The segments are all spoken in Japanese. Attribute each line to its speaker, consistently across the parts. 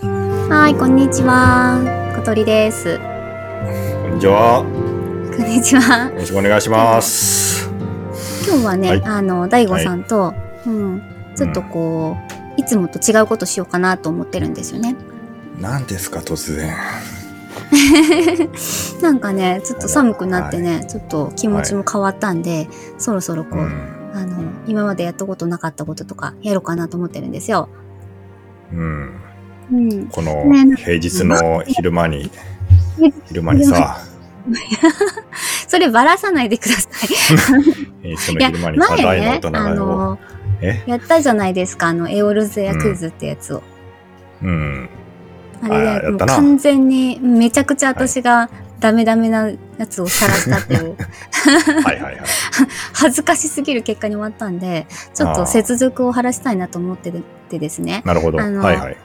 Speaker 1: はい、こんにちは。小鳥です。
Speaker 2: こんにちは。
Speaker 1: こんにちは
Speaker 2: よ。ろしくお願いします。
Speaker 1: 今日はね、
Speaker 2: はい
Speaker 1: あの、大悟さんと、うん、ちょっとこう、いつもと違うことしようかなと思ってるんですよね。
Speaker 2: 何ですか、突然。
Speaker 1: なんかね、ちょっと寒くなってね、ちょっと気持ちも変わったんで、そろそろこ
Speaker 2: う
Speaker 1: う、
Speaker 2: ん。
Speaker 1: あの、今までやったことなかったこととかやろうかなと思ってるんですよ。
Speaker 2: うん。
Speaker 1: うん。
Speaker 2: この平日の昼間に、昼間にさ、
Speaker 1: そればらさないでくださ い。
Speaker 2: 平日の
Speaker 1: いや、
Speaker 2: 昼間にさ、
Speaker 1: 前
Speaker 2: 大の大
Speaker 1: ね、
Speaker 2: 人
Speaker 1: あ
Speaker 2: がよ。
Speaker 1: の、
Speaker 2: え
Speaker 1: やったじゃないですか、あの、エオルゼアクイズってやつを。
Speaker 2: うん。
Speaker 1: あれ
Speaker 2: あ
Speaker 1: でも
Speaker 2: ーや
Speaker 1: う
Speaker 2: ったな
Speaker 1: 完全にめちゃくちゃ私がダメダメなやつをさらしたって いう、
Speaker 2: はいはいはい。
Speaker 1: 恥ずかしすぎる結果に終わったんで、ちょっと雪辱を晴らしたいなと思っててですね。
Speaker 2: なるほど。
Speaker 1: あの
Speaker 2: はいはい。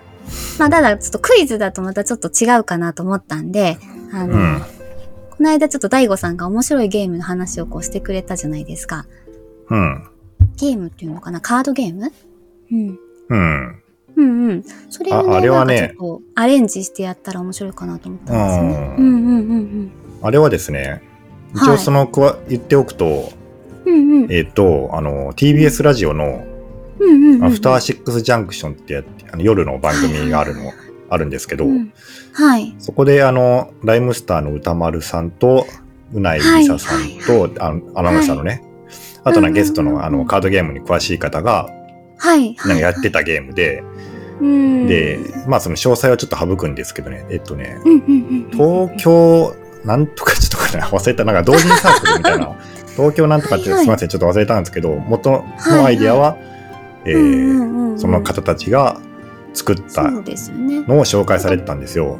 Speaker 1: まあ、ただちょっとクイズだとまたちょっと違うかなと思ったんで、あ
Speaker 2: う
Speaker 1: の、
Speaker 2: ん。
Speaker 1: この間ちょっと大悟さんが面白いゲームの話をこうしてくれたじゃないですか。
Speaker 2: うん。
Speaker 1: ゲームっていうのかなカードゲームうん。
Speaker 2: うん。
Speaker 1: うんうん。それをね、
Speaker 2: ああれはね
Speaker 1: なんかちょっとアレンジしてやったら面白いかなと思ったんですよね。
Speaker 2: う
Speaker 1: うんんうんうん
Speaker 2: あれはですね、
Speaker 1: はい
Speaker 2: 一応その、くわ言っておくと、
Speaker 1: うん。うんうん。
Speaker 2: えっと、あの、TBS ラジオの
Speaker 1: うんうんうんうん
Speaker 2: アフターシックスジャンクションってやって、あの夜の番組があるの、あるんですけど、
Speaker 1: うんはい。
Speaker 2: そこであのライムスターの歌丸さんとうないりささんと、あのアナウンサーのね、あと
Speaker 1: うんうんう
Speaker 2: なんゲストのあのカードゲームに詳しい方が
Speaker 1: はい。
Speaker 2: なんかやって
Speaker 1: た。
Speaker 2: たゲームで、
Speaker 1: うん、
Speaker 2: で、まあその詳細はちょっと省くんですけどね、えっとね、
Speaker 1: うんうんうん、
Speaker 2: 東京なんとかちょっとかな忘れた、なんか同時にサークルみたい な、東京なんとかっ
Speaker 1: は
Speaker 2: て
Speaker 1: いはい
Speaker 2: すみません、ちょっと忘れたんですけど、元
Speaker 1: はいはい
Speaker 2: のアイディアは、え
Speaker 1: うんうん
Speaker 2: ー
Speaker 1: うんうん
Speaker 2: その方たちが作った
Speaker 1: そうですよね。
Speaker 2: のを紹介されてたんですよ。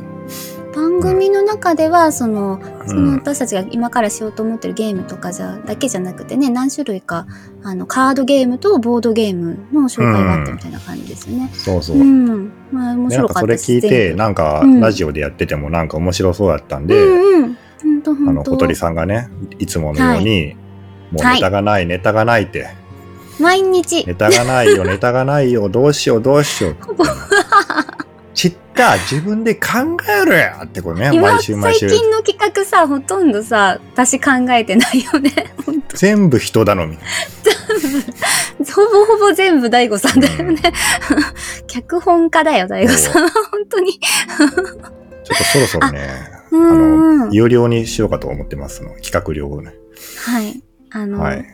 Speaker 1: 番組の中ではその
Speaker 2: う
Speaker 1: その
Speaker 2: ん、
Speaker 1: 私たちが今からしようと思ってるゲームとかじゃだけじゃなくてね何種類かあのカードゲームとボードゲームの紹介があったみたいな感じですよね。
Speaker 2: そうそう
Speaker 1: う。ん、まあ面
Speaker 2: でなん
Speaker 1: 白
Speaker 2: か
Speaker 1: か
Speaker 2: そ
Speaker 1: っ
Speaker 2: れ
Speaker 1: た
Speaker 2: 聞いて、なんか
Speaker 1: うん
Speaker 2: ラジオでやっててもなんか面白そうだった
Speaker 1: 全
Speaker 2: ん
Speaker 1: 部
Speaker 2: で、
Speaker 1: うんうん、本当
Speaker 2: あ
Speaker 1: 本
Speaker 2: の
Speaker 1: 当。
Speaker 2: 小鳥さんがねいつものように、もう
Speaker 1: はい
Speaker 2: ネタがない、ネタがないって
Speaker 1: 毎日
Speaker 2: ネタがない よネタがないよどうしようどうしようってちった自分で考えろやってこうね
Speaker 1: 今
Speaker 2: 毎週毎週
Speaker 1: 最近の企画さほとんどさ私考えてないよね。本当
Speaker 2: 全部人頼み、
Speaker 1: ほぼほぼ全部大悟さんだよ
Speaker 2: うん
Speaker 1: ね。 脚本家だよ、大悟 さんは。本当に。
Speaker 2: ちょっとそろそろね
Speaker 1: う
Speaker 2: あ
Speaker 1: んう
Speaker 2: の
Speaker 1: ん。
Speaker 2: 有料にしようかと思ってますの企画料をね
Speaker 1: はい。あの、
Speaker 2: はい、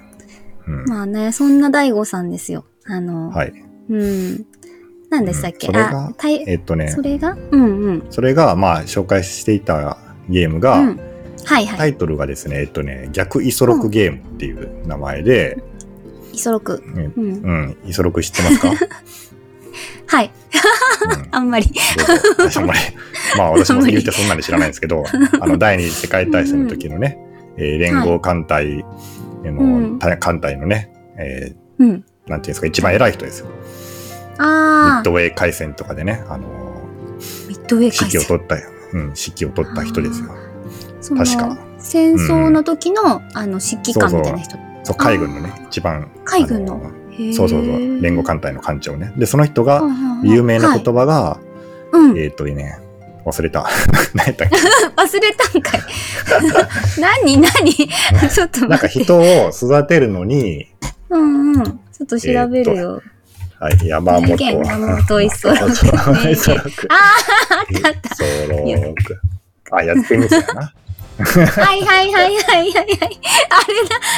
Speaker 2: うん
Speaker 1: まあね、そんな大悟さんですよ。あの、
Speaker 2: はい
Speaker 1: うん。何でしたっけ、
Speaker 2: うんそれが
Speaker 1: あ、たい
Speaker 2: えっとね
Speaker 1: それがうんうん。
Speaker 2: それがまあ紹介していたゲームが、
Speaker 1: うん、はいは
Speaker 2: タ
Speaker 1: い。
Speaker 2: イトルがですね、えっとね、逆イソロクゲームっていう名前で、
Speaker 1: イソロク。
Speaker 2: うん、
Speaker 1: うん。
Speaker 2: うんイソロク知ってま すか、うん
Speaker 1: はい。あんまり。
Speaker 2: どうぞ私もね、まあ私も言うてそんなに知らないんですけど、あの、第二次世界大戦の時のね、えー連合艦隊
Speaker 1: うん
Speaker 2: の、た艦隊のね、え
Speaker 1: うん。
Speaker 2: ーなんていうんですか、一番偉い人ですよ。ミ
Speaker 1: あ
Speaker 2: ッ
Speaker 1: あ
Speaker 2: ド。ウェー海戦とかでね、あの
Speaker 1: ミッドウェ
Speaker 2: ー、
Speaker 1: ー海
Speaker 2: 指揮を
Speaker 1: 戦。
Speaker 2: 取った、うん、指揮を取った人ですよ。
Speaker 1: その
Speaker 2: 確か
Speaker 1: 戦争の時の、あの、指揮官みたいな人。
Speaker 2: そう、海軍のね、一番。
Speaker 1: 海軍の
Speaker 2: あー
Speaker 1: へー
Speaker 2: そうそうそう、連合艦隊の艦長ね。で、その人が、有名な言
Speaker 1: 葉。
Speaker 2: 葉が、
Speaker 1: はいうん。
Speaker 2: えっ、とね、忘れた。 何やったっけ
Speaker 1: 忘れたんかい。 何何ちょっと
Speaker 2: なんか
Speaker 1: 待って。
Speaker 2: 人を育てる のに、
Speaker 1: うんうん。ちょっと調べるよ。
Speaker 2: はい、山本。
Speaker 1: 名言山本五十六
Speaker 2: そうそう五十六
Speaker 1: あったあった。
Speaker 2: 五十六あ、やってみたかな。
Speaker 1: はいはいはいはいはいはい。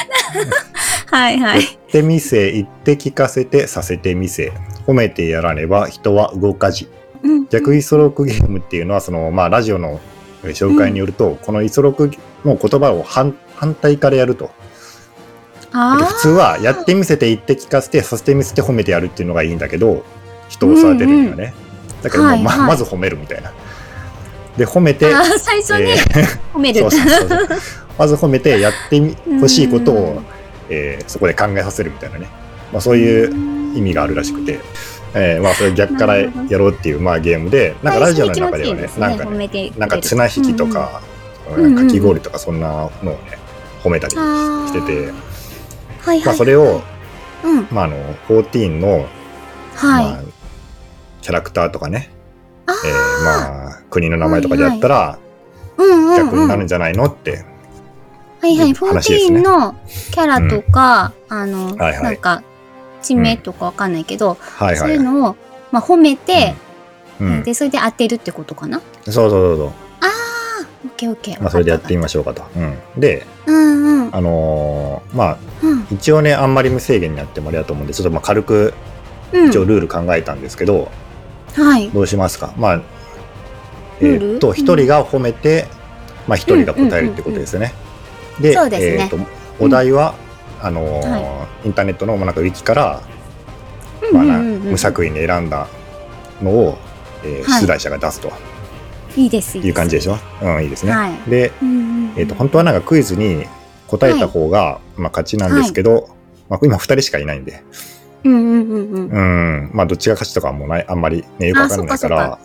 Speaker 1: あれだ。 はいは
Speaker 2: 言
Speaker 1: い。
Speaker 2: ってみせ、言って聞かせて、させてみせ。褒めてやらねば人は動かじ。
Speaker 1: うん
Speaker 2: 逆イソロクゲームっていうのは、その、まあ、ラジオの紹介によると、このイソロクの言葉を反反対からやると。
Speaker 1: あ
Speaker 2: で
Speaker 1: あ。
Speaker 2: 普通はやってみせて言って聞かせてさせてみせて褒めてやるっていうのがいいんだけど人を育てるにはね、だけどもう、
Speaker 1: はいはい
Speaker 2: ままず褒めるみたいなで褒めて
Speaker 1: あー最初に
Speaker 2: え
Speaker 1: 褒め
Speaker 2: ー
Speaker 1: る。
Speaker 2: そうそうそ うそうまず褒めてやってみ
Speaker 1: うん
Speaker 2: 欲しいことを、えーそこで考えさせるみたいなね、まあ、そういう
Speaker 1: う
Speaker 2: 意味があるらしくて、えーまあ、それを逆から
Speaker 1: な
Speaker 2: や
Speaker 1: るほど
Speaker 2: ろうっていう、まあ、ゲームでなんかラジオの中ではねなんかね
Speaker 1: ね
Speaker 2: なんか綱引きと。か、
Speaker 1: んうん
Speaker 2: なんかかき氷とかそんなのをね褒めたりし
Speaker 1: あー
Speaker 2: してて、
Speaker 1: はいはい。
Speaker 2: まあ、それを、
Speaker 1: うん。
Speaker 2: まあ、あの14の
Speaker 1: は
Speaker 2: まあ、キャラクターとかね、
Speaker 1: あ
Speaker 2: えーまあ、国の名前とかでやったら
Speaker 1: うんうん、うん、
Speaker 2: 逆になるんじゃないのって。
Speaker 1: はいはい、
Speaker 2: 話ですね
Speaker 1: 14のキャラとか、あの、
Speaker 2: はいはい
Speaker 1: なんか、地名とかわかんないけど、
Speaker 2: はい
Speaker 1: そう
Speaker 2: はいいうはい。
Speaker 1: のを、まあ、褒めて、
Speaker 2: うん。
Speaker 1: で、それで当てるってことかな
Speaker 2: そうそうそうそう。
Speaker 1: オッケーオッケー。
Speaker 2: まあ、それでやってみ
Speaker 1: ま
Speaker 2: ましょうかと。うん。で、
Speaker 1: す。うんうん。
Speaker 2: あのーまあ、
Speaker 1: うん
Speaker 2: 一応ね、あんまり無制限になってもあれだと思うんで、ちょっとまあ軽く
Speaker 1: うん
Speaker 2: 一応ルール考えたんですけど、
Speaker 1: はい。
Speaker 2: どうしますかまあ、
Speaker 1: ルー
Speaker 2: え
Speaker 1: ル
Speaker 2: ーっと、
Speaker 1: うん
Speaker 2: 一人が褒めて、まあ、一人が答えるってことですよね。で、
Speaker 1: そうですね
Speaker 2: えーっと、お題は、あのー
Speaker 1: は
Speaker 2: インターネットの、まあ、なんかウィキから、
Speaker 1: うん
Speaker 2: ま
Speaker 1: う
Speaker 2: あ
Speaker 1: ん
Speaker 2: な
Speaker 1: うんうん
Speaker 2: 無作為に選んだのを、えー
Speaker 1: はい
Speaker 2: 出題者が出すと
Speaker 1: いいです。
Speaker 2: いう感じでし
Speaker 1: ょ。
Speaker 2: ょ。うん、いいですね。
Speaker 1: は
Speaker 2: で、
Speaker 1: うんうん
Speaker 2: えー、と本当はなんかクイズに答えた方が、まあ、勝ちなんですけど、まあ、今2人しかいないんで、
Speaker 1: うんうんうんうんうん。
Speaker 2: うんまあ、どっちが勝ちとかはもうないあんまり、ね、よくわかんないから
Speaker 1: あ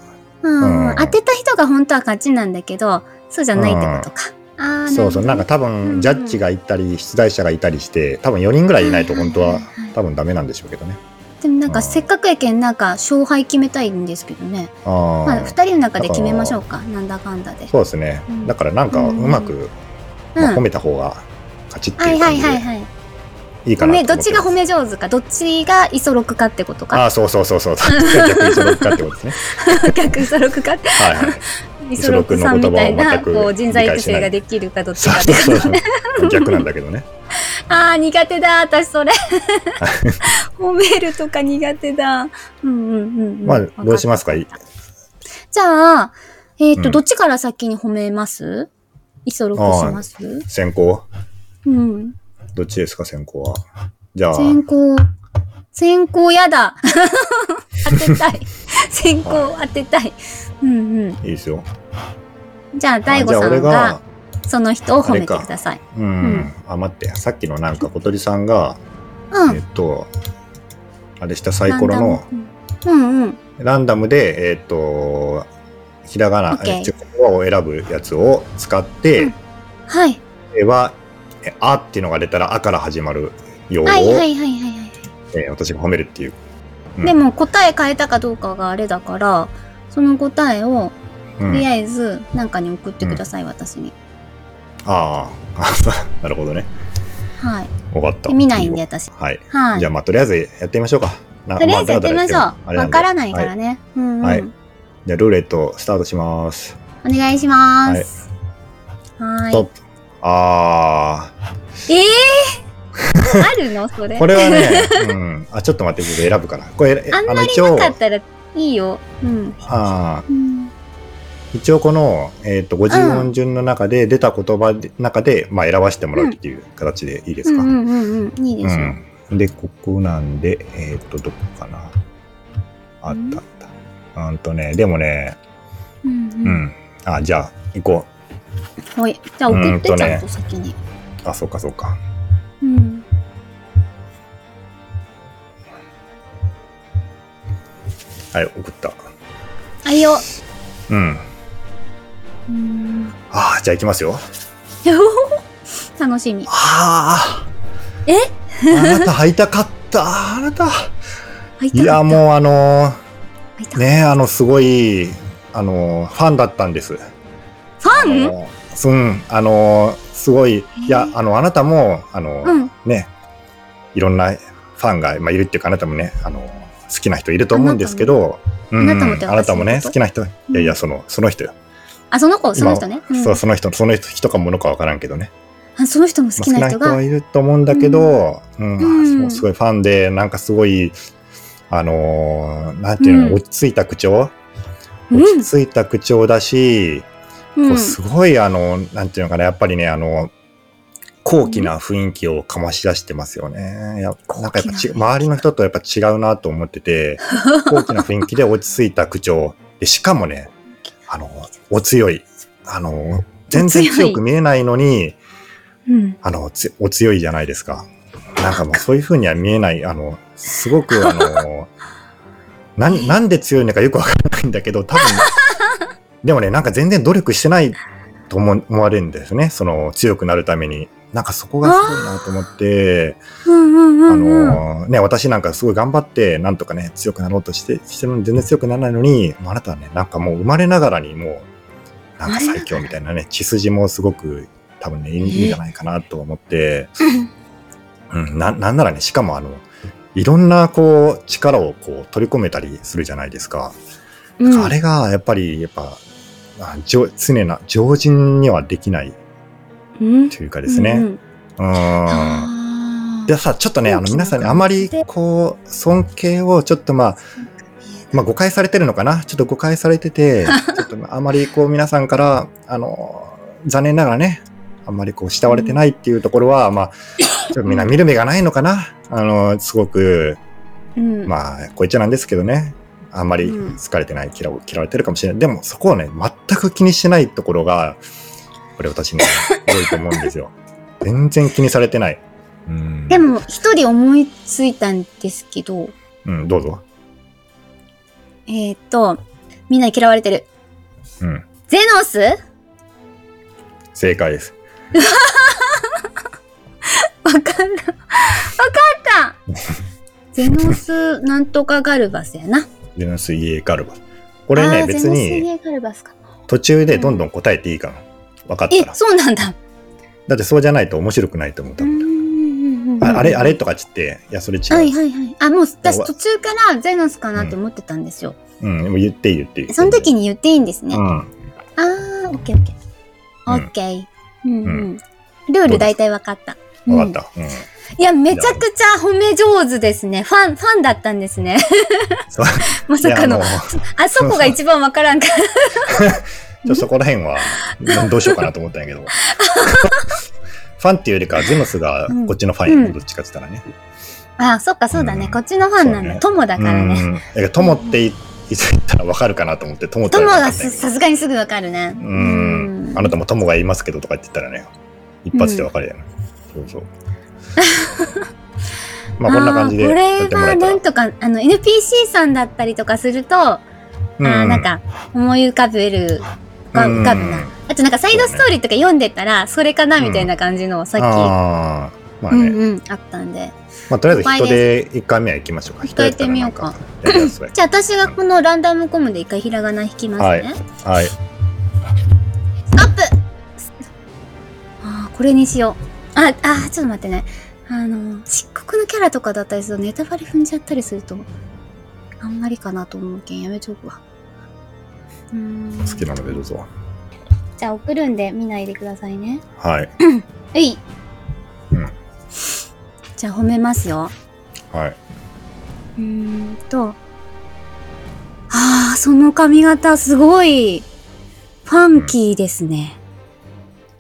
Speaker 1: うん
Speaker 2: う
Speaker 1: うんん当てた人が本当は勝ちなんだけど、そうじゃないってことか。ああ、
Speaker 2: そうそうなんか多
Speaker 1: うんう
Speaker 2: 分
Speaker 1: ん
Speaker 2: ジャッジがいたり出題者がいたりして多分4人ぐらいいないと本当
Speaker 1: は
Speaker 2: はい
Speaker 1: はいはい
Speaker 2: 多分ダメなんでしょうけどね。
Speaker 1: でもなん
Speaker 2: う
Speaker 1: か
Speaker 2: ん
Speaker 1: せっかくやけんなんか勝敗決めたいんですけどね。
Speaker 2: あ
Speaker 1: まあ、
Speaker 2: ー
Speaker 1: 2人の中で決めましょうかなんだかんだで。
Speaker 2: そうですね
Speaker 1: うん
Speaker 2: だからなんかうまく、
Speaker 1: うん、
Speaker 2: まあ、褒
Speaker 1: は
Speaker 2: めた方が勝ちってい
Speaker 1: いうは
Speaker 2: 感
Speaker 1: い
Speaker 2: じ
Speaker 1: はい
Speaker 2: で
Speaker 1: はい。
Speaker 2: いいか
Speaker 1: 褒
Speaker 2: な
Speaker 1: めどっちが褒
Speaker 2: め
Speaker 1: め上手かどっちがイソロクかってこと
Speaker 2: あ
Speaker 1: か
Speaker 2: あそうそうそうそう逆にそれかってことです ね。
Speaker 1: 逆イソロ クかって
Speaker 2: はいはい
Speaker 1: イソロクさんみたい
Speaker 2: イソロ
Speaker 1: な
Speaker 2: クの言葉を全く
Speaker 1: こう人材育成がで
Speaker 2: 理
Speaker 1: きるかどっち
Speaker 2: そう
Speaker 1: かって
Speaker 2: そう
Speaker 1: こと
Speaker 2: そうそう逆なんだけどね。
Speaker 1: ああ苦手だ私それ 褒めるとか苦手だうんうんうん、うん、
Speaker 2: ま
Speaker 1: わか
Speaker 2: あ
Speaker 1: っ
Speaker 2: どうしますか
Speaker 1: じゃあえっ、と、
Speaker 2: うん
Speaker 1: どっちから先に褒めますイソロクします
Speaker 2: 先行
Speaker 1: うん
Speaker 2: どっちですか先行は。じゃあ
Speaker 1: 先行先行やだ 当てたい 先行当てたいうんうん
Speaker 2: いいですよ。
Speaker 1: じゃあ、大
Speaker 2: あ
Speaker 1: 悟
Speaker 2: じゃあ
Speaker 1: さ
Speaker 2: 俺
Speaker 1: ん
Speaker 2: が
Speaker 1: が、その人を褒めて
Speaker 2: あれか
Speaker 1: ください。
Speaker 2: うん、
Speaker 1: うん
Speaker 2: あ待ってさっきのなんか小鳥さんが、
Speaker 1: う
Speaker 2: え
Speaker 1: ん。
Speaker 2: っとあれしたサイコロの
Speaker 1: うんうん。
Speaker 2: ランダムでえっとひらがな、
Speaker 1: OK
Speaker 2: えー言葉を選ぶやつを使って、
Speaker 1: うんはい。
Speaker 2: 例えばえあっていうのが出たらあから始まる用語を、
Speaker 1: はいはいはいはいはい。
Speaker 2: えー私が褒めるっていう、うん
Speaker 1: でも、答え変えたかどうかがあれだから、その答えを、
Speaker 2: う
Speaker 1: と
Speaker 2: ん
Speaker 1: りあえず、なんかに送ってください、私に。
Speaker 2: ああ なるほどね
Speaker 1: はい。
Speaker 2: 分かった
Speaker 1: で見ないんで、私。
Speaker 2: はい、
Speaker 1: はい
Speaker 2: じゃ。あまあとりあえずやってみましょうかな
Speaker 1: とりあえずや
Speaker 2: ま
Speaker 1: ってみま
Speaker 2: だだ
Speaker 1: し
Speaker 2: や
Speaker 1: ょ
Speaker 2: ってもあ
Speaker 1: う。
Speaker 2: れな
Speaker 1: わ
Speaker 2: んで
Speaker 1: からないからね。うん
Speaker 2: は
Speaker 1: う
Speaker 2: い
Speaker 1: ん。
Speaker 2: じゃあルーレットスタートします
Speaker 1: お願いします。は
Speaker 2: ストップああ
Speaker 1: い。ええ あるのそれ。
Speaker 2: これは ね、うん、あちょっと待って、僕選ぶから。これ、
Speaker 1: あんま
Speaker 2: の
Speaker 1: り
Speaker 2: 一
Speaker 1: な
Speaker 2: 応
Speaker 1: か、ったらいいよ。うん。
Speaker 2: あ
Speaker 1: うん
Speaker 2: ー一応この、えっ、と、50
Speaker 1: う
Speaker 2: 音順の中で出た言葉で、中で、まあ、選ばせてもらうっていう形でいいですか。
Speaker 1: う
Speaker 2: うんん
Speaker 1: うんうんうん。いいですよ。
Speaker 2: で、ここなんで、えっ、と、どこかな。あったあった。うんとね、でもね、
Speaker 1: うん
Speaker 2: う。ん。あ、じゃあ、行こ
Speaker 1: はい。じゃあ送って
Speaker 2: うーんとね
Speaker 1: ちゃんと先に。
Speaker 2: う。あ、そうかそうか。
Speaker 1: うん。
Speaker 2: はい、送った。
Speaker 1: あいよ。
Speaker 2: うん。
Speaker 1: うん。
Speaker 2: あーじゃあ行きますよ。
Speaker 1: 楽しみ。
Speaker 2: ああ。
Speaker 1: え
Speaker 2: あなた会いたかった。あな た。
Speaker 1: 入った
Speaker 2: いや、
Speaker 1: う。
Speaker 2: もうあの
Speaker 1: 入った
Speaker 2: ー、ね、あの、すごい、あのー、ファンだったんです。フ
Speaker 1: ファン
Speaker 2: うん、あのー、すごい、いや
Speaker 1: へ、ー
Speaker 2: あの、あなたも、あのー、
Speaker 1: うん。
Speaker 2: ね、いろんなファンが、まあ、いるっていうか、あなたもね、あのー、好きな人いると思うんですけど、うん
Speaker 1: あなたもって私
Speaker 2: あなたも
Speaker 1: の
Speaker 2: ね、
Speaker 1: こと
Speaker 2: 好きな人、いやいや、その、その人よ。
Speaker 1: あ、その子、その人ね。うん
Speaker 2: そう、その人、その人かものかわからんけどね。
Speaker 1: あその人も好
Speaker 2: まあ
Speaker 1: きな人が。
Speaker 2: はいると思うんだけど、うん
Speaker 1: うん
Speaker 2: もうすごいファンでなんかすごいあのーなんていうの、
Speaker 1: うん
Speaker 2: 落ち着いた口調
Speaker 1: うん
Speaker 2: 落ち着いた口調だし、
Speaker 1: う
Speaker 2: こ
Speaker 1: ん
Speaker 2: う。すごいあのなんていうのかなやっぱりねあの高貴な雰囲気をかまし出してますよね。いやなんかやっぱち
Speaker 1: 高貴な雰囲気
Speaker 2: 周りの人とやっぱ違うなと思っ てて高貴な雰囲気で落ち着いた口調でしかもねあのお強いあの全然
Speaker 1: お強い
Speaker 2: 強く見えないのに
Speaker 1: うん。
Speaker 2: あの、つお強いじゃないですか。なんかもうそういう風には見えない、あの、すごくあ の、なん、なんで強いのかよくわからないんだけど、多分、 でもね、なんか全然努力してないと思思われるんですね。その、強くなるために。なんかそこがすごいなと思って、
Speaker 1: うんうんう
Speaker 2: あ
Speaker 1: んうん。
Speaker 2: のーね、私なんかすごい頑張って、なんとかね、強くなろうとして、してるのに全然強くならないのに、もうあなたはね、なんかもう生まれながらにもう、なんか最強みたいなね、血筋もすごく多分ね、いいいいんじゃないかなと 思って、うん、ななんならね、しかもあの、いろんなこう、力をこう取り込めたりするじゃないですか。
Speaker 1: うん
Speaker 2: あれがやっぱり、やっぱ、あ常常な、常人にはできない
Speaker 1: うん
Speaker 2: というかです
Speaker 1: うんう
Speaker 2: ね。
Speaker 1: ん
Speaker 2: うん
Speaker 1: あー
Speaker 2: でさ、ちょっとね、あ
Speaker 1: 大
Speaker 2: の、
Speaker 1: きな
Speaker 2: 皆さんにあま
Speaker 1: 感
Speaker 2: り
Speaker 1: じで、
Speaker 2: こう、尊敬を、ちょっとまあ、まあ、誤解されてるのかなちょっと誤解されてて、ちょっとまああまり、こう、皆さんから、あの、残念ながらね、あんまりこう、慕われてないっていうところは、まあ、ちょっとみんな見る目がないのかなあの、すごく、
Speaker 1: うん
Speaker 2: まあ、こう言っちゃなんですけどね、あんまり
Speaker 1: うん
Speaker 2: 好かれてない、嫌わ嫌われてるかもしれない。でも、そこをね、全く気にしてないところが、これ私ね、多いと思うんですよ。全然気にされてない。うん
Speaker 1: で、も、一人思いついたんですけど、
Speaker 2: うん、どうぞ。
Speaker 1: えーっと、みんなに嫌われてる。
Speaker 2: うん、
Speaker 1: ゼノス
Speaker 2: 正解です。
Speaker 1: わかんない。わかった ゼノスなんとかガルバスやな。
Speaker 2: ゼノスイエガルバス。これね、
Speaker 1: あー
Speaker 2: 別
Speaker 1: ゼノス
Speaker 2: に
Speaker 1: イエガルバスか。
Speaker 2: 途中でどんどん答えていいから。分かっ
Speaker 1: え
Speaker 2: た、ら。
Speaker 1: そうなんだ。
Speaker 2: だってそうじゃないと面白くないと思った
Speaker 1: う。んうんうんうん
Speaker 2: ああれ、あれとかっつって、いや、それ違う。
Speaker 1: はいはいはい。あ、もう私
Speaker 2: わ
Speaker 1: 途中からゼノスかなって思ってたんですよ。
Speaker 2: うん、でも言っていい言っていい。
Speaker 1: その時に言っていいんですね。
Speaker 2: う
Speaker 1: あ
Speaker 2: ん。
Speaker 1: ー、オッケーオッケー。
Speaker 2: う
Speaker 1: オ
Speaker 2: ん
Speaker 1: ッケー。うん
Speaker 2: う
Speaker 1: うん。ルール大体わかった。
Speaker 2: 分かった。うん。
Speaker 1: た。いや、めちゃくちゃ褒め上手ですね。ファン、ファンだったんですね。
Speaker 2: そう
Speaker 1: ま
Speaker 2: い
Speaker 1: さ
Speaker 2: や
Speaker 1: か
Speaker 2: あの
Speaker 1: の。あそこが一番わからんか
Speaker 2: ちょっとそこら辺は、どうしようかなと思ったんや けど。ファンっていうよりかは、ゼノスがこっちのファンやね、
Speaker 1: うん
Speaker 2: どっちかって言ったらね。
Speaker 1: あそっかそうだね、
Speaker 2: うん
Speaker 1: こっちのファンなんだ、
Speaker 2: そうね
Speaker 1: 友だからね、
Speaker 2: うん。だけど、友っていいつ言ったら分かるかなと思って、友って言
Speaker 1: 友
Speaker 2: われた
Speaker 1: が
Speaker 2: んだけ
Speaker 1: す
Speaker 2: ど
Speaker 1: さすがにすぐわかるね
Speaker 2: うーん。あなたも友がいますけどとか言ってたらね、一発でわかるやん。そうそう。まあこんな感じで
Speaker 1: あーこ
Speaker 2: や
Speaker 1: れ
Speaker 2: ってもら
Speaker 1: がな
Speaker 2: えたら
Speaker 1: ん。とかあの NPC さんだったりとかすると、あ
Speaker 2: う
Speaker 1: ーなん、か思い浮かべる浮か浮かぶな、
Speaker 2: うん
Speaker 1: あとなんかサイドストーリーとか読んでたらそれかなみたいな感じのさっ
Speaker 2: ああ。ま
Speaker 1: き、
Speaker 2: あ
Speaker 1: うん
Speaker 2: ね、
Speaker 1: うん、あったんで
Speaker 2: まあとりあえず人で一回目は行きましょうか。
Speaker 1: 一回行ってみようか
Speaker 2: 人やったらなんか。やりやすい
Speaker 1: じゃあ私がこのランダムコムで一回ひらがな引きますね、
Speaker 2: はいはい。
Speaker 1: ストップあーこれにしよう。あ、あー、ちょっと待ってね。あの、漆黒のキャラとかだったりするとネタバレ踏んじゃったりすると、あんまりかなと思うけんやめとくわ。うーん。
Speaker 2: 好きなのでどうぞ。
Speaker 1: じゃあ送るんで見ないでくださいね。
Speaker 2: はい。
Speaker 1: うい。
Speaker 2: うん
Speaker 1: じゃあ褒めますよ。
Speaker 2: はい。
Speaker 1: うーんと。あー、その髪型すごい、ファンキーですね。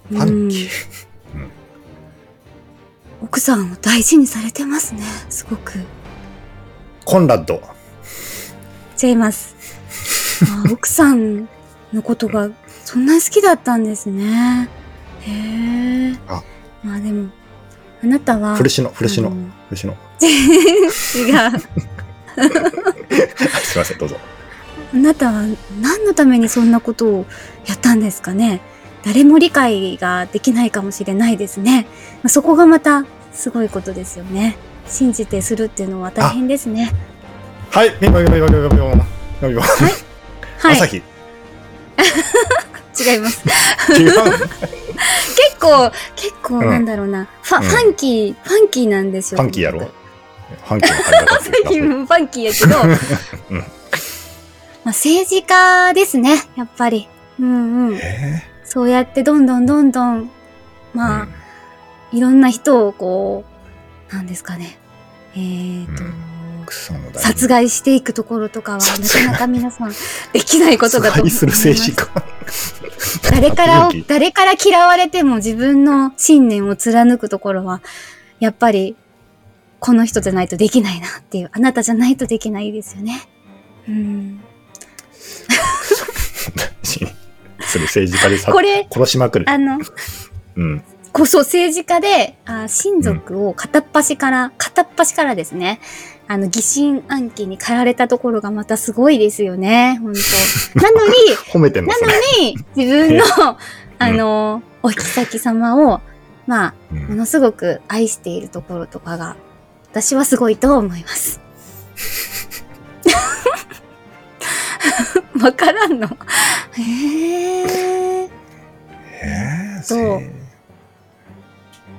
Speaker 2: ファンキー。
Speaker 1: 奥さんを大事にされてますねすごく
Speaker 2: コンラッド。
Speaker 1: ちゃいます あ奥さんのことがそんなに好きだったんですねへえ
Speaker 2: あ
Speaker 1: まあでもあなたは
Speaker 2: フルシノ、フルシノ、
Speaker 1: あ
Speaker 2: フ
Speaker 1: の
Speaker 2: ルシノ。
Speaker 1: 違う
Speaker 2: すいません、どうぞ。
Speaker 1: あなたは何のためにそんなことをやったんですかね誰も理解ができないかもしれないですねまあそこがまたすごいことですよね信じてするっていうのは大変ですね
Speaker 2: はい、みぼみぼみぼみぼみぼみぼ。
Speaker 1: は
Speaker 2: 朝
Speaker 1: い
Speaker 2: 日。違
Speaker 1: 違います
Speaker 2: う。
Speaker 1: 結構、結構
Speaker 2: うん
Speaker 1: なんだろうな、ファ
Speaker 2: うん
Speaker 1: ファンキー、ファンキーなんですよ。
Speaker 2: ファン キーやろ
Speaker 1: この
Speaker 2: ファンキーの髪型っ
Speaker 1: 方
Speaker 2: ていうか
Speaker 1: ファンキーもファンキーやけど、
Speaker 2: うん
Speaker 1: まあ政治家ですね、やっぱり。うんうん。
Speaker 2: え
Speaker 1: そうやってどんどんどんどん、
Speaker 2: ー
Speaker 1: まあ、いろんな人をこう、なんですかね。えーと、
Speaker 2: う草の大
Speaker 1: 殺害していくところとかは、な
Speaker 2: 殺害
Speaker 1: かなか皆さん、できないことだと思います。
Speaker 2: する精神科。
Speaker 1: 誰から を
Speaker 2: 勇、気
Speaker 1: 誰から嫌われても自分の信念を貫くところは、やっぱり、この人じゃないとできないなっていう、あなたじゃないとできないですよね。うん。
Speaker 2: する政治家でさ
Speaker 1: これ、
Speaker 2: 殺しまくる。
Speaker 1: あの、
Speaker 2: うん。
Speaker 1: こそ政治家で、あ親族を片っ端から、片っ端からですね、あの、疑心暗鬼に駆られたところがまたすごいですよね、本当なのに、
Speaker 2: 褒めてんの
Speaker 1: な
Speaker 2: そ
Speaker 1: の
Speaker 2: れ。
Speaker 1: に、自分の、あの、お妃様をまあ、
Speaker 2: う
Speaker 1: も
Speaker 2: ん、
Speaker 1: のすごく愛しているところとかが、私はすごいと思います。わからんのへえ。
Speaker 2: えー、
Speaker 1: と
Speaker 2: せ
Speaker 1: う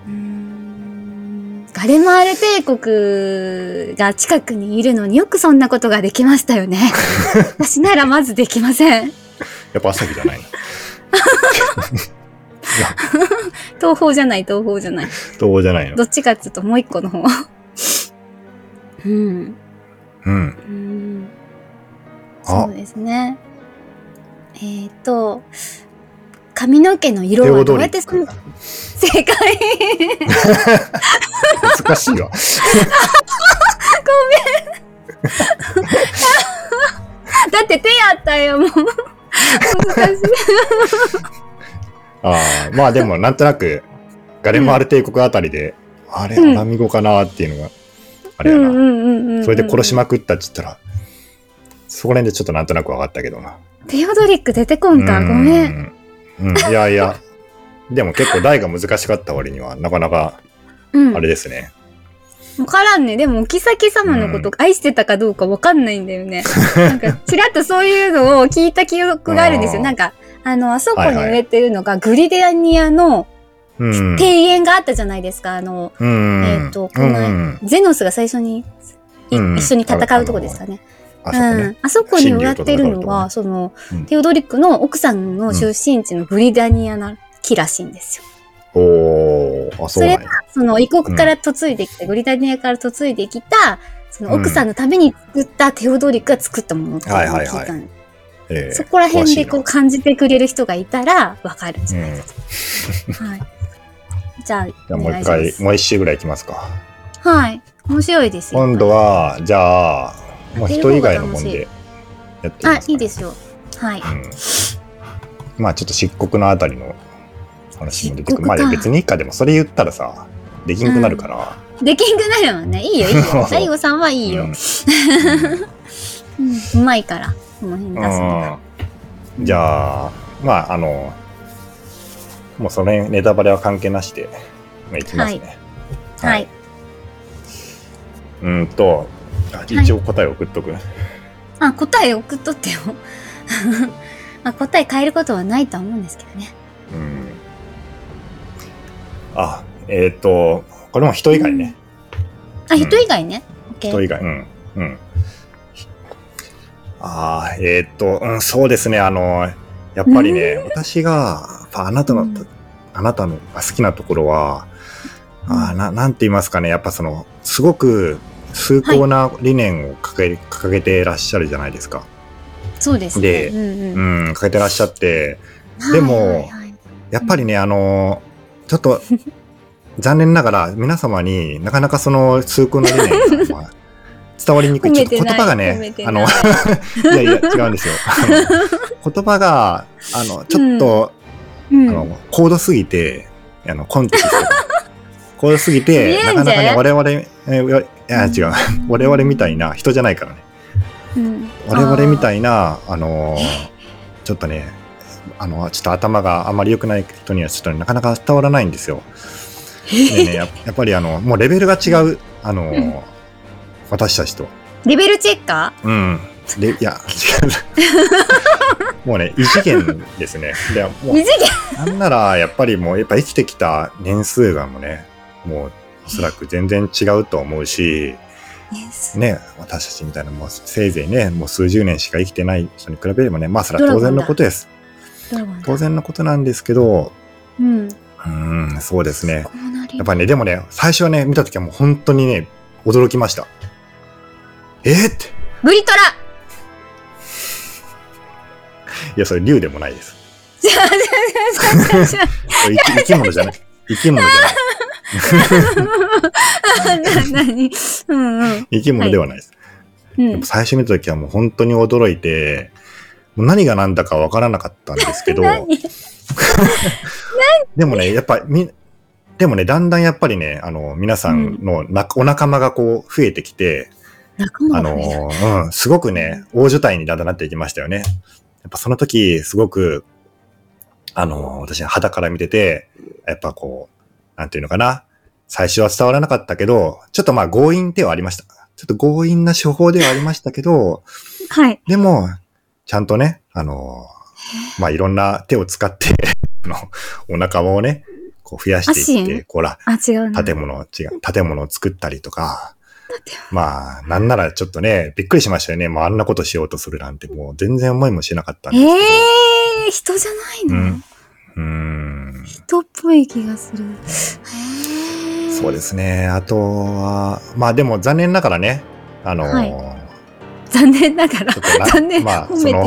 Speaker 1: ーんガレマール帝国が近くにいるのによくそんなことができましたよ ね。私ならまずできません。
Speaker 2: やっぱ朝日じゃないのいや
Speaker 1: 東方じゃない、東方じゃない。
Speaker 2: どうじゃない
Speaker 1: ど
Speaker 2: の
Speaker 1: っちかっていうともう一個の方。うん。
Speaker 2: う
Speaker 1: う
Speaker 2: ん
Speaker 1: ん
Speaker 2: あ
Speaker 1: そうですね。えっ、ー、と、髪の毛の色
Speaker 2: テ
Speaker 1: は
Speaker 2: オ
Speaker 1: どう
Speaker 2: ドリ
Speaker 1: やって
Speaker 2: ッ
Speaker 1: その
Speaker 2: ク
Speaker 1: 正解
Speaker 2: 難しいわ
Speaker 1: だって手やったよ、 もう。難しい。
Speaker 2: あーまあでもなんとなくガレマール帝国あたりで、あれ
Speaker 1: うん
Speaker 2: アラミ語かなっていうのがあ
Speaker 1: う
Speaker 2: れやな、
Speaker 1: んうんうんうんうん。
Speaker 2: それで殺しまくったっつったらそこら辺でちょっとなんとなく分かったけどな
Speaker 1: テオドリック出てこんか、ごめん。
Speaker 2: ん、うん、いやいやでも結構題が難しかった割にはなかなか
Speaker 1: うん
Speaker 2: あ。れですね、
Speaker 1: わからんね。でも、お妃様のこと愛してたかどうかわかんないんだよ ね。なんか、ちらっとそういうのを聞いた記憶があるんですよ。
Speaker 2: あー
Speaker 1: なんか、あの、あそこ
Speaker 2: は
Speaker 1: に
Speaker 2: いはい
Speaker 1: 植えてるのが、グリデアニアの
Speaker 2: うん
Speaker 1: 庭園があったじゃないですか。あの、
Speaker 2: うん
Speaker 1: えーとこの
Speaker 2: うん
Speaker 1: ゼノスが最初に、い
Speaker 2: うん
Speaker 1: 一緒に戦うとこですかね。
Speaker 2: あ
Speaker 1: う
Speaker 2: そこね、
Speaker 1: ん。あそこに植わってる
Speaker 2: 神竜と戦う
Speaker 1: の
Speaker 2: とこ
Speaker 1: は、
Speaker 2: ね
Speaker 1: その
Speaker 2: うん、
Speaker 1: テオドリックの奥さんの出身地のグリデアニアな木らしいんですよ。
Speaker 2: おーあそうなんや
Speaker 1: その異国から嫁いできた、グリタニアから嫁いできた、その奥さんのために作ったテオドリックが作ったものっていうのを聞いたの、
Speaker 2: はいはいええ
Speaker 1: そこら辺でこう
Speaker 2: 詳し
Speaker 1: 感じてくれる人がいたらわかるんじゃないかと。はい。じゃ
Speaker 2: い
Speaker 1: あ、
Speaker 2: な
Speaker 1: お
Speaker 2: じゃあも
Speaker 1: 願
Speaker 2: う
Speaker 1: い
Speaker 2: 一
Speaker 1: します
Speaker 2: 回。もう一周ぐらいいきますか
Speaker 1: はい。面白いですよ。
Speaker 2: 今度はじゃあもう人以外のもん
Speaker 1: 当て
Speaker 2: でやってみ
Speaker 1: あ
Speaker 2: ま、すかね、
Speaker 1: いいですよ。はい。
Speaker 2: うん、まあちょっと漆黒のあたりの話も出て
Speaker 1: 漆黒
Speaker 2: くる
Speaker 1: か
Speaker 2: まあでも別にいいかでもそれ言ったらさできんくなるから、。
Speaker 1: できんくなるもんね。いいよ、いいよ 大悟さんはいいよ。
Speaker 2: う
Speaker 1: うん んうまいから、この辺出すのが。
Speaker 2: うんじゃあまああのもうその辺ネタバレは関係なしで、まあ、いきますね
Speaker 1: は
Speaker 2: はい
Speaker 1: い。
Speaker 2: うーんとあ一応答え送っとく、
Speaker 1: あ、答え送っとってよ。 まあ、答え変えることはないとは思うんですけどね。
Speaker 2: うんあえっ、とこれも人以外ね、
Speaker 1: あ、
Speaker 2: うん
Speaker 1: 人以外ね。オッケ
Speaker 2: 人
Speaker 1: ー。
Speaker 2: 以外。うん。うん。ああ、えーっと、うん、そうですね。あの、やっぱりね、私が、やっぱあなたの、
Speaker 1: うん
Speaker 2: あなたのが好きなところは、
Speaker 1: う
Speaker 2: あー
Speaker 1: ん
Speaker 2: ななんて言いますかね。やっぱその、すごく崇高な理念を掲げ,、掲げてらっしゃるじゃないですか。
Speaker 1: そうですね。
Speaker 2: で
Speaker 1: うんう
Speaker 2: うんん、掲げてらっしゃって、
Speaker 1: はい
Speaker 2: でも
Speaker 1: はいはい
Speaker 2: やっぱりね、あの、ちょっと、 残念ながら皆様になかなかその崇高な理 念が、まあ伝わりにくい。
Speaker 1: 褒
Speaker 2: ちょ
Speaker 1: め
Speaker 2: っ
Speaker 1: て
Speaker 2: と言
Speaker 1: ない
Speaker 2: 葉が
Speaker 1: 褒め
Speaker 2: ね、
Speaker 1: て
Speaker 2: あ
Speaker 1: ない
Speaker 2: の、 いやいや、違うんで すよ。あの言葉が、あの、ちょっと、
Speaker 1: うん
Speaker 2: あの、高度すぎて、あの、コンテキストが高度すぎて、
Speaker 1: 見え
Speaker 2: なんかなか
Speaker 1: じ
Speaker 2: ね、
Speaker 1: ゃ
Speaker 2: 我々、えーいや、違う。 我々みたいな、人じゃないからね。
Speaker 1: うん
Speaker 2: 我々み
Speaker 1: あ
Speaker 2: たいな、あのー、ちょっとね、あの、ちょっと頭があんまり良くない人には、ちょっとねなかなか伝わらないんですよ。で ね、ややっぱりあの、もうレベルが違う、あのー、私たちと。
Speaker 1: ーレベルチェッカ
Speaker 2: うん。で、いや、違 う。もうね、異次元ですね。で、
Speaker 1: ー
Speaker 2: も
Speaker 1: 二次元
Speaker 2: う、なんなら、やっぱりもう、やっぱ生きてきた年数がもうね、もう、おそらく全然違うと思うし、
Speaker 1: です
Speaker 2: ね、私たちみたいな、もう、せいぜいね、もう数十年しか生きてない人に比べればね、まあ、それは当然のことです。
Speaker 1: ドラゴンだ
Speaker 2: 当然のことなんですけど、
Speaker 1: うん。こ
Speaker 2: うーん、そうですね。
Speaker 1: うなり
Speaker 2: やっぱね、でもね、最初はね、見たときはもう本当にね、驚きました。えー、って。
Speaker 1: ブリトラ
Speaker 2: いや、それ竜でもないです。
Speaker 1: じゃあじゃあじゃあじゃあじゃあ
Speaker 2: 生 き生き物じゃない。生き物じゃない。
Speaker 1: なにうんうん
Speaker 2: 生き物ではないです。
Speaker 1: う
Speaker 2: で
Speaker 1: ん
Speaker 2: も。最初見た時はもう本当に驚いて、もう何が何だかわからなかったんですけ ど、
Speaker 1: 何
Speaker 2: でもね、やっぱみ、でもね、だんだんやっぱりね、あの、皆さんのな、お仲間がこう増えてきて、
Speaker 1: 仲間
Speaker 2: あ
Speaker 1: が
Speaker 2: の
Speaker 1: 増えた
Speaker 2: ー、うん、すごくね、大所帯にだんだんなっていきましたよね。やっぱその時、すごく、あのー、私、肌から見てて、やっぱこう、なんていうのかな。最初は伝わらなかったけど、ちょっとまあ強引ではありました。ちょっと強引な処方ではありましたけど、
Speaker 1: はい。
Speaker 2: でも、ちゃんとね、あの、まあいろんな手を使って、 あの、お腹をね、こう増やしていっ
Speaker 1: あ
Speaker 2: て、
Speaker 1: し
Speaker 2: こら、
Speaker 1: あ、違うな。
Speaker 2: 建物、違う、建物を作ったりとか、まあ、なんならちょっとね、びっくりしましたよね。もうあんなことしようとするなんて、もう全然思いもしなかったんですけど。
Speaker 1: ええー、人じゃないの、
Speaker 2: うんうーん。
Speaker 1: 人っぽい気がする。へえ。
Speaker 2: そうですね。あとは、まあでも残念ながらね、あのー
Speaker 1: はい残念ながら
Speaker 2: ちょっと。な
Speaker 1: 残念。
Speaker 2: まあ
Speaker 1: 褒めてない。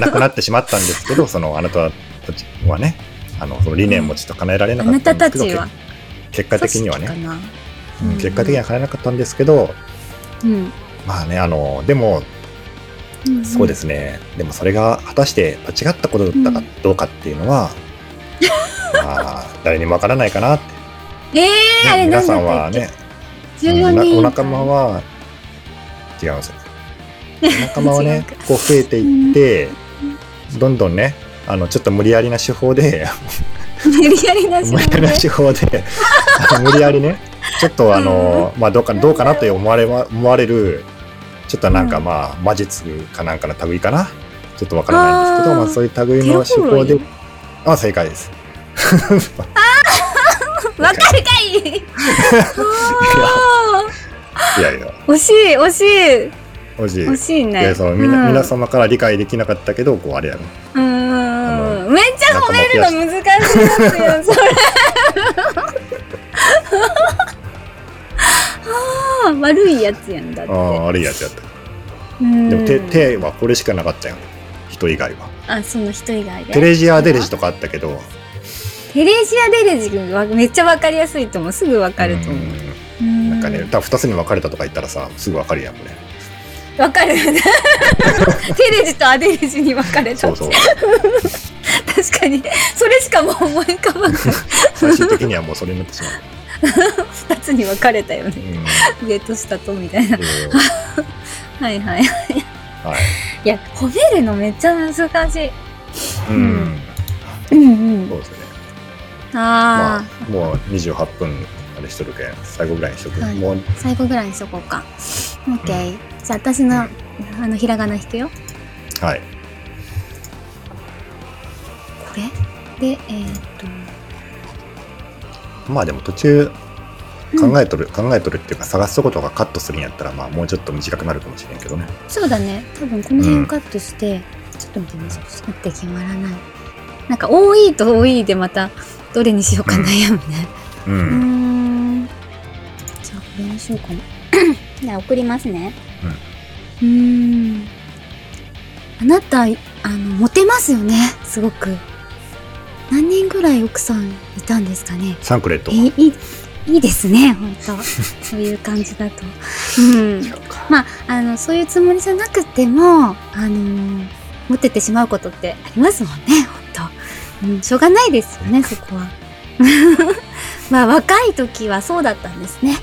Speaker 2: 亡くなってしまったんですけど、そのあなたたちはね、あのその理念もちょっと叶えられな
Speaker 1: あ
Speaker 2: かっ
Speaker 1: な
Speaker 2: た
Speaker 1: た
Speaker 2: んで
Speaker 1: た
Speaker 2: すけど、
Speaker 1: ちは
Speaker 2: け結果的にはね、
Speaker 1: 組織かなう
Speaker 2: うん
Speaker 1: ん
Speaker 2: 結果的には叶えなかったんですけど、
Speaker 1: うん。
Speaker 2: まあね、あのでも、
Speaker 1: んん
Speaker 2: そうで。すね、でもそれが果たして間違ったことだったかどうかっていう のは、まあ、誰にもわからないかなって、
Speaker 1: ええー、あ
Speaker 2: ね
Speaker 1: れ
Speaker 2: 皆
Speaker 1: 何
Speaker 2: さ
Speaker 1: だ
Speaker 2: ん
Speaker 1: った
Speaker 2: は
Speaker 1: っけ、
Speaker 2: ね、
Speaker 1: 14人。
Speaker 2: お仲間は違うんで すよ。お仲間は
Speaker 1: 違う
Speaker 2: ね
Speaker 1: か、
Speaker 2: こう増えていって、どんどんね、あのちょっと無理やりな手法で、
Speaker 1: 無理やりなし
Speaker 2: 無理やりな手法で、 あの無理やりね、ちょっとあの、まあどうかどうかなと思われは思われる、ちょっとなんか
Speaker 1: うん
Speaker 2: まあ魔術かなんかの類かな、ちょっとわからないんですけ
Speaker 1: あ
Speaker 2: ど、
Speaker 1: ー
Speaker 2: まあそういう類
Speaker 1: テ
Speaker 2: の
Speaker 1: ロ
Speaker 2: 手
Speaker 1: 行
Speaker 2: 法
Speaker 1: 為
Speaker 2: で、あ正解です。
Speaker 1: わかるかいあ
Speaker 2: いやいや、
Speaker 1: ー惜しい惜しい
Speaker 2: おじい。
Speaker 1: 惜しい
Speaker 2: いや
Speaker 1: ね
Speaker 2: そのみな、
Speaker 1: うん
Speaker 2: 皆様から理解できなかったけどこうあれやろ
Speaker 1: うーんめっちゃ褒めるの難しいですよそれ あー悪いやつやんだって
Speaker 2: ああ悪いやつやった
Speaker 1: うん
Speaker 2: でも手手はこれしかなかったよ人以外は
Speaker 1: あその人以外で
Speaker 2: テレジア・デレジとかあったけど
Speaker 1: テレシア・デレジ君はめっちゃわかりやすいと思うすぐわかると思うう
Speaker 2: うん
Speaker 1: ん
Speaker 2: なんかね多分2つに分かれたとか言ったらさすぐ分かるやんこれ
Speaker 1: わかるテレジとアデレジに分かれた
Speaker 2: そうそう
Speaker 1: 確かにそれしかもう思い浮かばない
Speaker 2: 最終的にはもうそれになって しまう、
Speaker 1: 2つに分かれたよ
Speaker 2: う
Speaker 1: ね
Speaker 2: ん
Speaker 1: 上と下とみたいな
Speaker 2: そう
Speaker 1: はいはい
Speaker 2: はい
Speaker 1: いや褒めるのめっちゃ難しい
Speaker 2: うん
Speaker 1: んうん
Speaker 2: そううですね
Speaker 1: んあ
Speaker 2: まあ
Speaker 1: あ、
Speaker 2: もう28分までしとるけん最後ぐらいにしとく、
Speaker 1: はい
Speaker 2: もう
Speaker 1: 最後ぐらいにしとこうか OK じゃあ私のあのひらがな引くよ
Speaker 2: はい
Speaker 1: これでえーっと
Speaker 2: まあでも途中
Speaker 1: うん
Speaker 2: 考えとる、考えとるっていうか探すことがカットするんやったらまあもうちょっと短くなるかもしれんけどね
Speaker 1: そうだね多分この辺をカットして、ちょっと見てみましょうちょっと待って決まらないなんか多いと多いでまたどれにしようか悩むね
Speaker 2: う
Speaker 1: うー
Speaker 2: ん、
Speaker 1: んじゃあこれにしようか なじゃあ送りますねうんんあなたあのモテますよねすごく何人ぐらい奥さんいたんですかね
Speaker 2: サンクレット
Speaker 1: えいいいいですね本当 そういう感じだとうん
Speaker 2: 違うか
Speaker 1: まあ、あの、そういうつもりじゃなくても、あのー持ってってしまうことってありますもんね、ほんと。うん、しょうがないですよね、そこは。 まあ、若い時はそうだったんですね。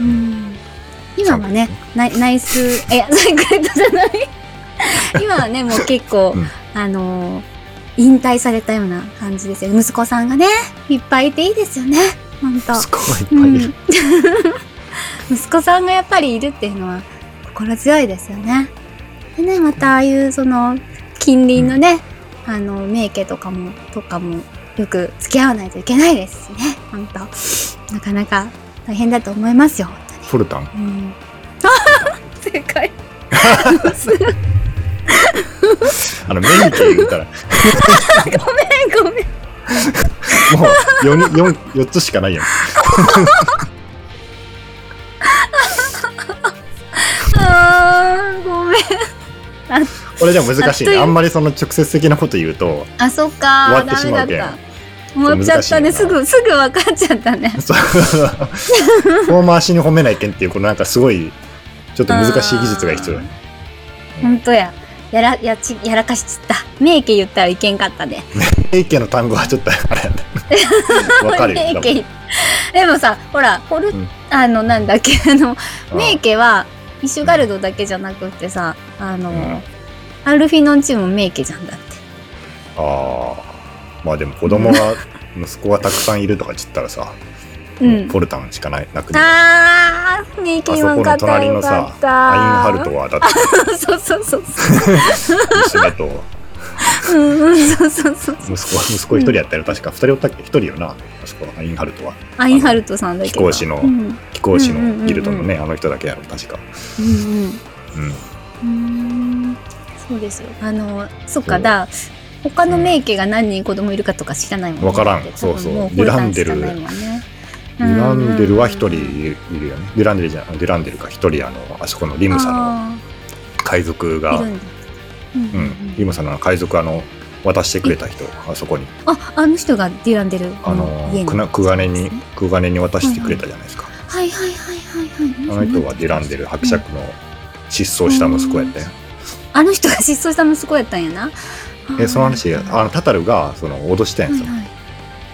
Speaker 1: うん。今はね、ナイナイス、い や、サイクレットじゃない。今はね、もう結構、
Speaker 2: うん
Speaker 1: あのー引退されたような感じですよ。息子さんがね、いっぱいいていいですよね、ほんと。
Speaker 2: すごいいっぱ
Speaker 1: う
Speaker 2: いい
Speaker 1: ん
Speaker 2: る、
Speaker 1: 息子さんがやっぱりいるっていうのは心強いですよね。でねまたああいうその近隣のね、あの名家とかもとかもよく付き合わないといけないですしね本当なかなか大変だと思いますよ。本
Speaker 2: フルタン
Speaker 1: 当にうん、正解
Speaker 2: あの、メインって言ったら、も
Speaker 1: ごめん
Speaker 2: う4、四四つしかないやん。
Speaker 1: あーごめん
Speaker 2: これじゃ難しい
Speaker 1: あっとい
Speaker 2: ね。
Speaker 1: う
Speaker 2: あんまりその直接的なこと言うと、
Speaker 1: あそっか
Speaker 2: 終わってしまうけ
Speaker 1: ダメ
Speaker 2: ん
Speaker 1: だった思っちゃったね
Speaker 2: 難しい
Speaker 1: す
Speaker 2: よな
Speaker 1: ぐすぐ分かっちゃったね。
Speaker 2: そう 遠回しに褒めないけんっていう、このなんかすごい、ちょっと難しい技術が必要だね。
Speaker 1: 本当や。やら、やち、やらかしちった。名家言ったらいけんかったね。
Speaker 2: 英家の単語はちょっと、あれやね。 わかるよ。
Speaker 1: 名家言っでもさ、ほら、ホル、
Speaker 2: うん
Speaker 1: あの、なんだっけ、あの、
Speaker 2: 多分
Speaker 1: 名家は、イシュガルドだけじゃなくってさ、あの、
Speaker 2: うん
Speaker 1: アルフィノンチーム名家じゃんだって。
Speaker 2: ああ。まあでも子供は息子がたくさんいるとか言ったらさ、
Speaker 1: う
Speaker 2: も
Speaker 1: ん
Speaker 2: う。ポルタンしかないなくてアイン
Speaker 1: あー、ミキマン買ったよかった。
Speaker 2: ハルトはだっ て
Speaker 1: そうそうそう
Speaker 2: 一緒だと
Speaker 1: そう。うんうん、そうそうそう。
Speaker 2: 息子は息子一人やったよ確か二人おったっけ一人よな息子アインハルトは
Speaker 1: アインハルトさんだけど。
Speaker 2: 貴公子の
Speaker 1: うん
Speaker 2: 貴公子のギルドのねあの人だけやろ確か
Speaker 1: うんうん。
Speaker 2: うん
Speaker 1: うーんそうですよ。あの、そっか、
Speaker 2: そう
Speaker 1: だ、他の名家が何人子供いるかとか知らないもんね。
Speaker 2: わからん
Speaker 1: 多分
Speaker 2: そうそう
Speaker 1: もホルタンしか
Speaker 2: デュラ
Speaker 1: ない
Speaker 2: ンデル
Speaker 1: もんね
Speaker 2: デュランデルは一人いるよねデュランデルじゃデュランデルか一人あのあそこのリ
Speaker 1: リ
Speaker 2: ムサの海賊が
Speaker 1: いるんだ。うんうん
Speaker 2: う
Speaker 1: うん
Speaker 2: ん、リムさんの海賊あの渡してくれた人あそこに
Speaker 1: あ、あの人がディランデル
Speaker 2: あ
Speaker 1: の
Speaker 2: の
Speaker 1: 家に。
Speaker 2: くなくがねに
Speaker 1: は
Speaker 2: くがねに渡してくれたじゃないですか、
Speaker 1: いはいはいはいはい。
Speaker 2: あの人はデュランデル伯爵の失踪した息子やったよ、
Speaker 1: あの人が失踪した息子やったんやな。
Speaker 2: えその話
Speaker 1: あー
Speaker 2: あのタタルがその脅したん
Speaker 1: はい
Speaker 2: ですよ、
Speaker 1: はい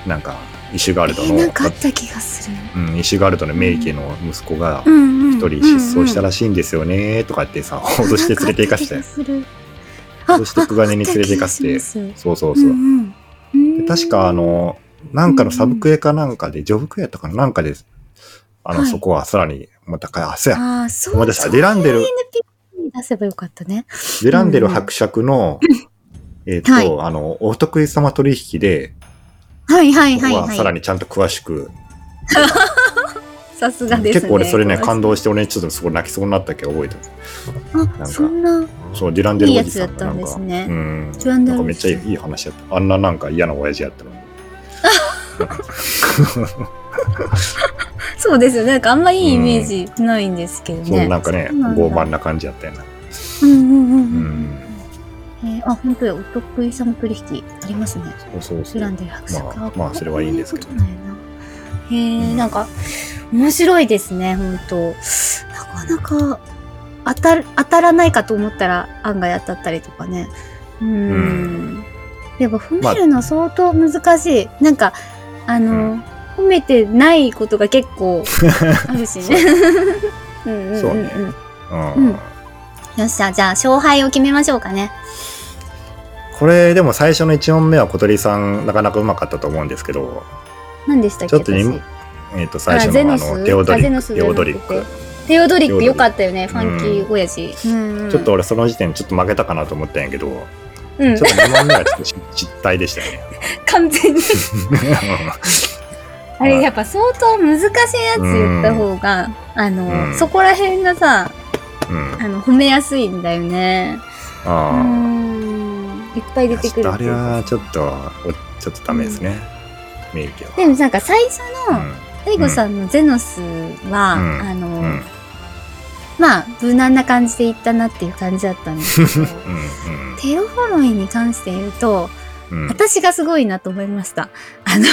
Speaker 2: なんかイシュガルド
Speaker 1: え
Speaker 2: の、
Speaker 1: なんかあった気がする。
Speaker 2: うん、イシュガルドの名家の息子が
Speaker 1: うんうん
Speaker 2: 一人失踪した
Speaker 1: ら
Speaker 2: らしいんですよねとか言ってさ脅して連れて行かせたよ
Speaker 1: あ
Speaker 2: 脅してくがねに連れて行かせて
Speaker 1: ああった気がします
Speaker 2: そうそうそう、
Speaker 1: んうん
Speaker 2: で確かあ、のなんかのサブクエかなんかでジョブクエやったかななんかであの、
Speaker 1: はい
Speaker 2: そこはさらにまたかあそうや
Speaker 1: ああ、そう
Speaker 2: 思い出したデュランデル。
Speaker 1: そういう NPC に出せばよかったね。
Speaker 2: デュランデル伯爵の、えっと、
Speaker 1: はい
Speaker 2: あの、お得意様取引で、
Speaker 1: はいはい
Speaker 2: こ
Speaker 1: はい、
Speaker 2: こは
Speaker 1: はい。
Speaker 2: さらにちゃんと詳しく、
Speaker 1: さすがですね。
Speaker 2: 結構俺それね、感
Speaker 1: 動。
Speaker 2: 動して、俺ねちょっとすごい泣きそうになったけど覚えてる。
Speaker 1: あ、そんな。
Speaker 2: そう、デュランデルおじさんがなん
Speaker 1: いいやつだった
Speaker 2: か、
Speaker 1: んですね
Speaker 2: うん
Speaker 1: デュラン、デ
Speaker 2: な
Speaker 1: ル
Speaker 2: んか
Speaker 1: お
Speaker 2: め
Speaker 1: じ
Speaker 2: っ
Speaker 1: さ
Speaker 2: ちゃ
Speaker 1: ん
Speaker 2: いいいい話やった。あんななんか嫌な親父やったのに。
Speaker 1: そうですよね。なんかあんまいいイメージないんですけどね。
Speaker 2: そう、なんかね、
Speaker 1: そうなんだ
Speaker 2: 傲慢な感じやったよな。
Speaker 1: うんうんう
Speaker 2: うん
Speaker 1: うん。
Speaker 2: ん。
Speaker 1: えーあ、本当や、お得意様取引ありますね。
Speaker 2: そうそうそ
Speaker 1: デュラン
Speaker 2: う。
Speaker 1: デル伯爵
Speaker 2: まあまあそれはいいんですけど
Speaker 1: こういうことなんやなへえ、
Speaker 2: うん
Speaker 1: なんか、面白いですね、本当なかなか、当たる、当たらないかと思ったら案外当たったりとかね。うーん。、
Speaker 2: うん
Speaker 1: やっぱ褒めるの相当難しい。なんか、あの、
Speaker 2: うん
Speaker 1: 褒めてないことが結 構あるしね。うんうん
Speaker 2: そううん
Speaker 1: う
Speaker 2: ね
Speaker 1: ん。
Speaker 2: うん
Speaker 1: うんよっしゃ、じゃあ勝敗を決めましょうかね。
Speaker 2: これ、でも最初の1問目は小鳥さん、なかなかうまかったと思うんですけど、
Speaker 1: 何でしたっけ
Speaker 2: ちょっとに
Speaker 1: 私
Speaker 2: えっと、最初
Speaker 1: あゼ
Speaker 2: のあ
Speaker 1: ノス
Speaker 2: の、テオドリ
Speaker 1: あゼノ
Speaker 2: ッ
Speaker 1: ス
Speaker 2: ク、
Speaker 1: じゃ
Speaker 2: テ
Speaker 1: なく
Speaker 2: オ
Speaker 1: て
Speaker 2: ドリック。
Speaker 1: テオドリッ
Speaker 2: テオドリッ
Speaker 1: ク
Speaker 2: ク
Speaker 1: よかったよね、ファンキー親父。うんうん
Speaker 2: ちょっと、俺その時点でちょっと負けたかなと思ったんやけど、
Speaker 1: うん
Speaker 2: ちょ、っと2問目はちょっと失態でしたよね。
Speaker 1: 完 全に。あれ、やっぱ相当難しいやつ言った方が、あの、
Speaker 2: うん
Speaker 1: そこら辺がさ、
Speaker 2: うん。
Speaker 1: あの、褒めやすいんだよね。う
Speaker 2: あ
Speaker 1: ん。いっぱい出
Speaker 2: あ。
Speaker 1: て
Speaker 2: ちょ
Speaker 1: くる
Speaker 2: っと
Speaker 1: っ
Speaker 2: あ
Speaker 1: て
Speaker 2: れ
Speaker 1: いうか
Speaker 2: はちょっと、おちょっとダメですね。名義は。
Speaker 1: でもなんか最初
Speaker 2: う
Speaker 1: の、大悟さんのゼノスは、
Speaker 2: うん
Speaker 1: あの、
Speaker 2: ん。うん。
Speaker 1: まあ、無難な感じでいったなっていう感じだったんです けど、
Speaker 2: うん
Speaker 1: テオフォロイに関して言うと、
Speaker 2: うん。うん。
Speaker 1: 私がすごいなと思いました。あの、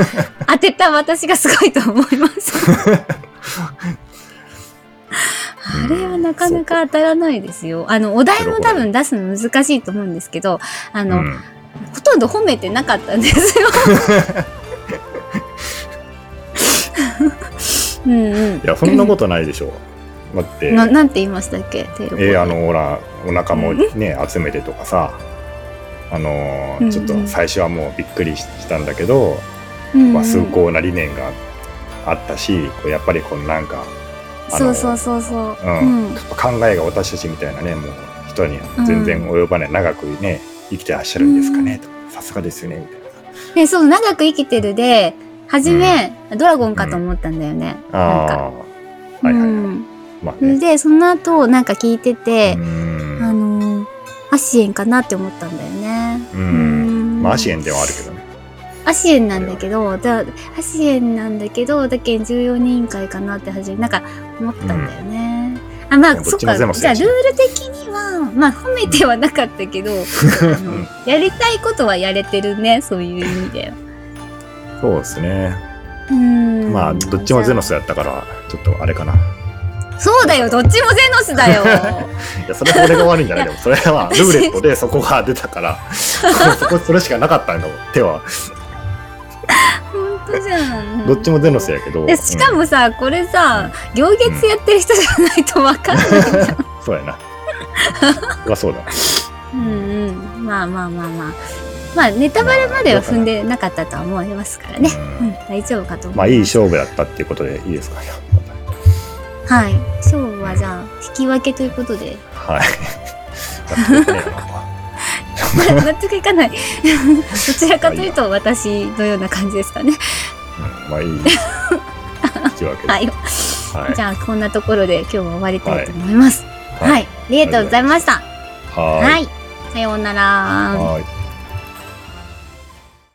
Speaker 1: 当てた私がすごいと思いました。あれはなかなか当たらないですよ。あの、お題も多分出すの難しいと思うんですけど、あの、
Speaker 2: うん
Speaker 1: ほとんど褒めてなかったんです よ。うんうん
Speaker 2: いや、そんなことないでしょう。だって、
Speaker 1: な。なんて言いましたっけテイロコ
Speaker 2: えーあの、ほら、お腹もね、集めてとかさ、あの
Speaker 1: うん
Speaker 2: ー、ちょっと最初はもうびっくりしたんだけど、
Speaker 1: うんうん
Speaker 2: まあ、崇高な理念があったし、こうやっぱりこのなんか、あの
Speaker 1: そうそうそうそう。
Speaker 2: うん考えが私たちみたいなねもう人には全然及ばない、長くね生きてらっしゃるんですかね、とさすがですよねみたい
Speaker 1: ね、その長く生きてるで、はじめ、ドラゴンかと思ったんだよね。
Speaker 2: な
Speaker 1: なん
Speaker 2: あ
Speaker 1: か。
Speaker 2: あーはいはい、
Speaker 1: うん
Speaker 2: まあ
Speaker 1: それ
Speaker 2: ね
Speaker 1: で、その後、なんか聞いてて、
Speaker 2: うん
Speaker 1: あのー、アシエンかなって思ったんだよね。
Speaker 2: う
Speaker 1: うんん
Speaker 2: まあアシエンではあるけどね
Speaker 1: アシエンなんだけど、だアシエンなんだけど、だけん重要人委員会かなって初め、なんか思ったんだよね。あ、ま
Speaker 2: いや
Speaker 1: あ、
Speaker 2: ど
Speaker 1: そっ
Speaker 2: っちも
Speaker 1: か。じ
Speaker 2: ゼ
Speaker 1: ゃあ、
Speaker 2: ノ
Speaker 1: ルー
Speaker 2: スだし
Speaker 1: ル的には、まあ、褒めてはなかった けど、あの
Speaker 2: うん
Speaker 1: やりたいことはやれてるね、そういう意味では。
Speaker 2: そうですね
Speaker 1: うん。
Speaker 2: まあどっちもゼノスやったからちょっとあれかな
Speaker 1: そうだよ、どっちもゼノス だよ。
Speaker 2: いやそれは俺が悪いんじゃない
Speaker 1: い
Speaker 2: でもそれはルーレットでそこが出たから そこそれしかなかったんだもん手は
Speaker 1: 本当じゃん。
Speaker 2: どっちもゼノスやけど
Speaker 1: でしかもさ、これさ、行月やってる人じゃないとわかんないじゃん。
Speaker 2: うんそうやなはそうだ
Speaker 1: うんうん。まあまあまあまあ。まあ、ネタバレまでは踏んでなかったとは思いますからね。うん、大丈夫かと思います。
Speaker 2: まあいい勝負だったっていうことでいいですかね。
Speaker 1: はい。勝負はじゃあ、引き分けということで。
Speaker 2: はい。納得ねえな
Speaker 1: 納得いかない。 どちらかというと、私のような感じですかね。
Speaker 2: うん まあいい。引き分けで。
Speaker 1: はい。
Speaker 2: はい
Speaker 1: じゃあ、こんなところで今日は終わりたいと思います。はい。
Speaker 2: はい
Speaker 1: ありがとうございました。
Speaker 2: は。
Speaker 1: はいい。さようなら。
Speaker 2: はい。